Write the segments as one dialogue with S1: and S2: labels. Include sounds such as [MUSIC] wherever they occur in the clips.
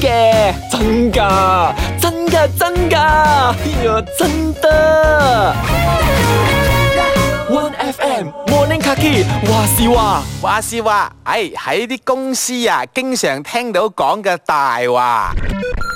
S1: 嘅，真噶，真噶，真噶，哎呀，真得。One FM Morning Kaki，話是話，
S2: 話是話，誒哎喺啲公司啊，經常聽到講嘅大話，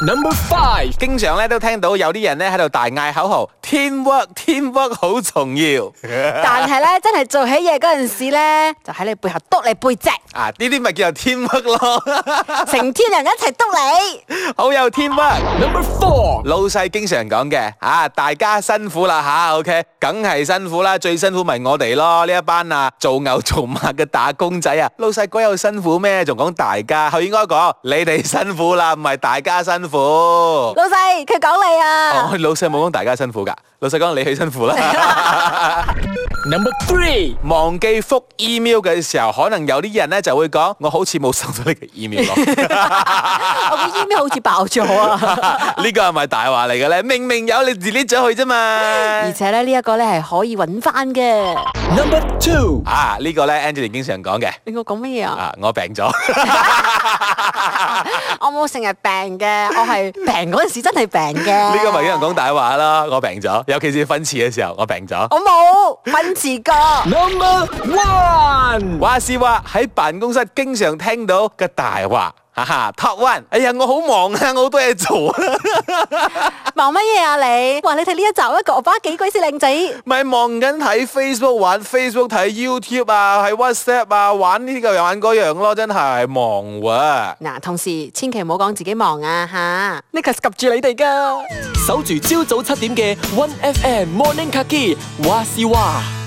S1: Number Five，
S2: 經常咧都聽到有啲人咧喺度大嗌口號，teamwork teamwork 好重要 [LAUGHS]
S3: 但係咧，真係做起嘢嗰陣時咧，就喺你背後篤
S2: [LAUGHS]
S3: 你背脊，
S2: 啊！呢啲咪叫做 teamwork 咯， [LAUGHS]
S3: 成天人一齊篤你。
S2: 好有 teamwork。
S1: Number Four，
S2: 老細經常講嘅啊，大家辛苦啦吓、o k 梗係辛苦啦，最辛苦咪我哋咯，呢一班啊做牛做馬嘅打工仔啊，老細嗰有辛苦咩？仲講大家，佢應該講你哋辛苦啦，唔係大家辛苦。
S3: 老細，佢講你啊。
S2: 哦，老細冇講大家辛苦㗎，老細講你去辛苦啦。
S1: Number Three，
S2: 忘記覆 email 嘅時候，可能有啲人咧就會講：我好似冇收到你嘅 email 咯。
S3: [LAUGHS] 我個 email 好似爆咗啊！
S2: [LAUGHS] 呢個係咪大話嚟嘅咧？明明有你 delete 咗佢啫嘛。
S3: 而且咧，呢一個咧係可以揾翻嘅。
S1: Number Two，
S2: 啊，呢個咧 Angeline 經常講嘅。
S3: 你我講乜嘢啊？
S2: 啊！我病咗，
S3: 我冇成日病嘅，
S2: [LAUGHS]
S3: 我係病嗰陣時真係病嘅。
S2: 呢
S3: 呢
S2: 個咪有人講大話啦！我病咗，尤其是分次嘅時候，我病咗。
S3: 我冇奔
S2: [LAUGHS]
S3: 馳過。
S1: Number One，
S2: 話是話喺辦公室經常聽到嘅大話，哈哈，Top One！哎呀，我好忙啊，我好多嘢做啊。
S3: 忙乜嘢啊你？哇！你睇呢一集一個，我巴幾鬼死靚仔。
S2: 咪望緊睇 Facebook 玩 Facebook 睇 YouTube 啊，喺 WhatsApp 啊，玩呢個又玩嗰樣咯，真係忙喎。
S3: 嗱，同事千祈唔好講自己忙啊吓 Nicholas 及住你哋噶。
S1: 守住朝早七點嘅 One FM Morning Kaki，話是話。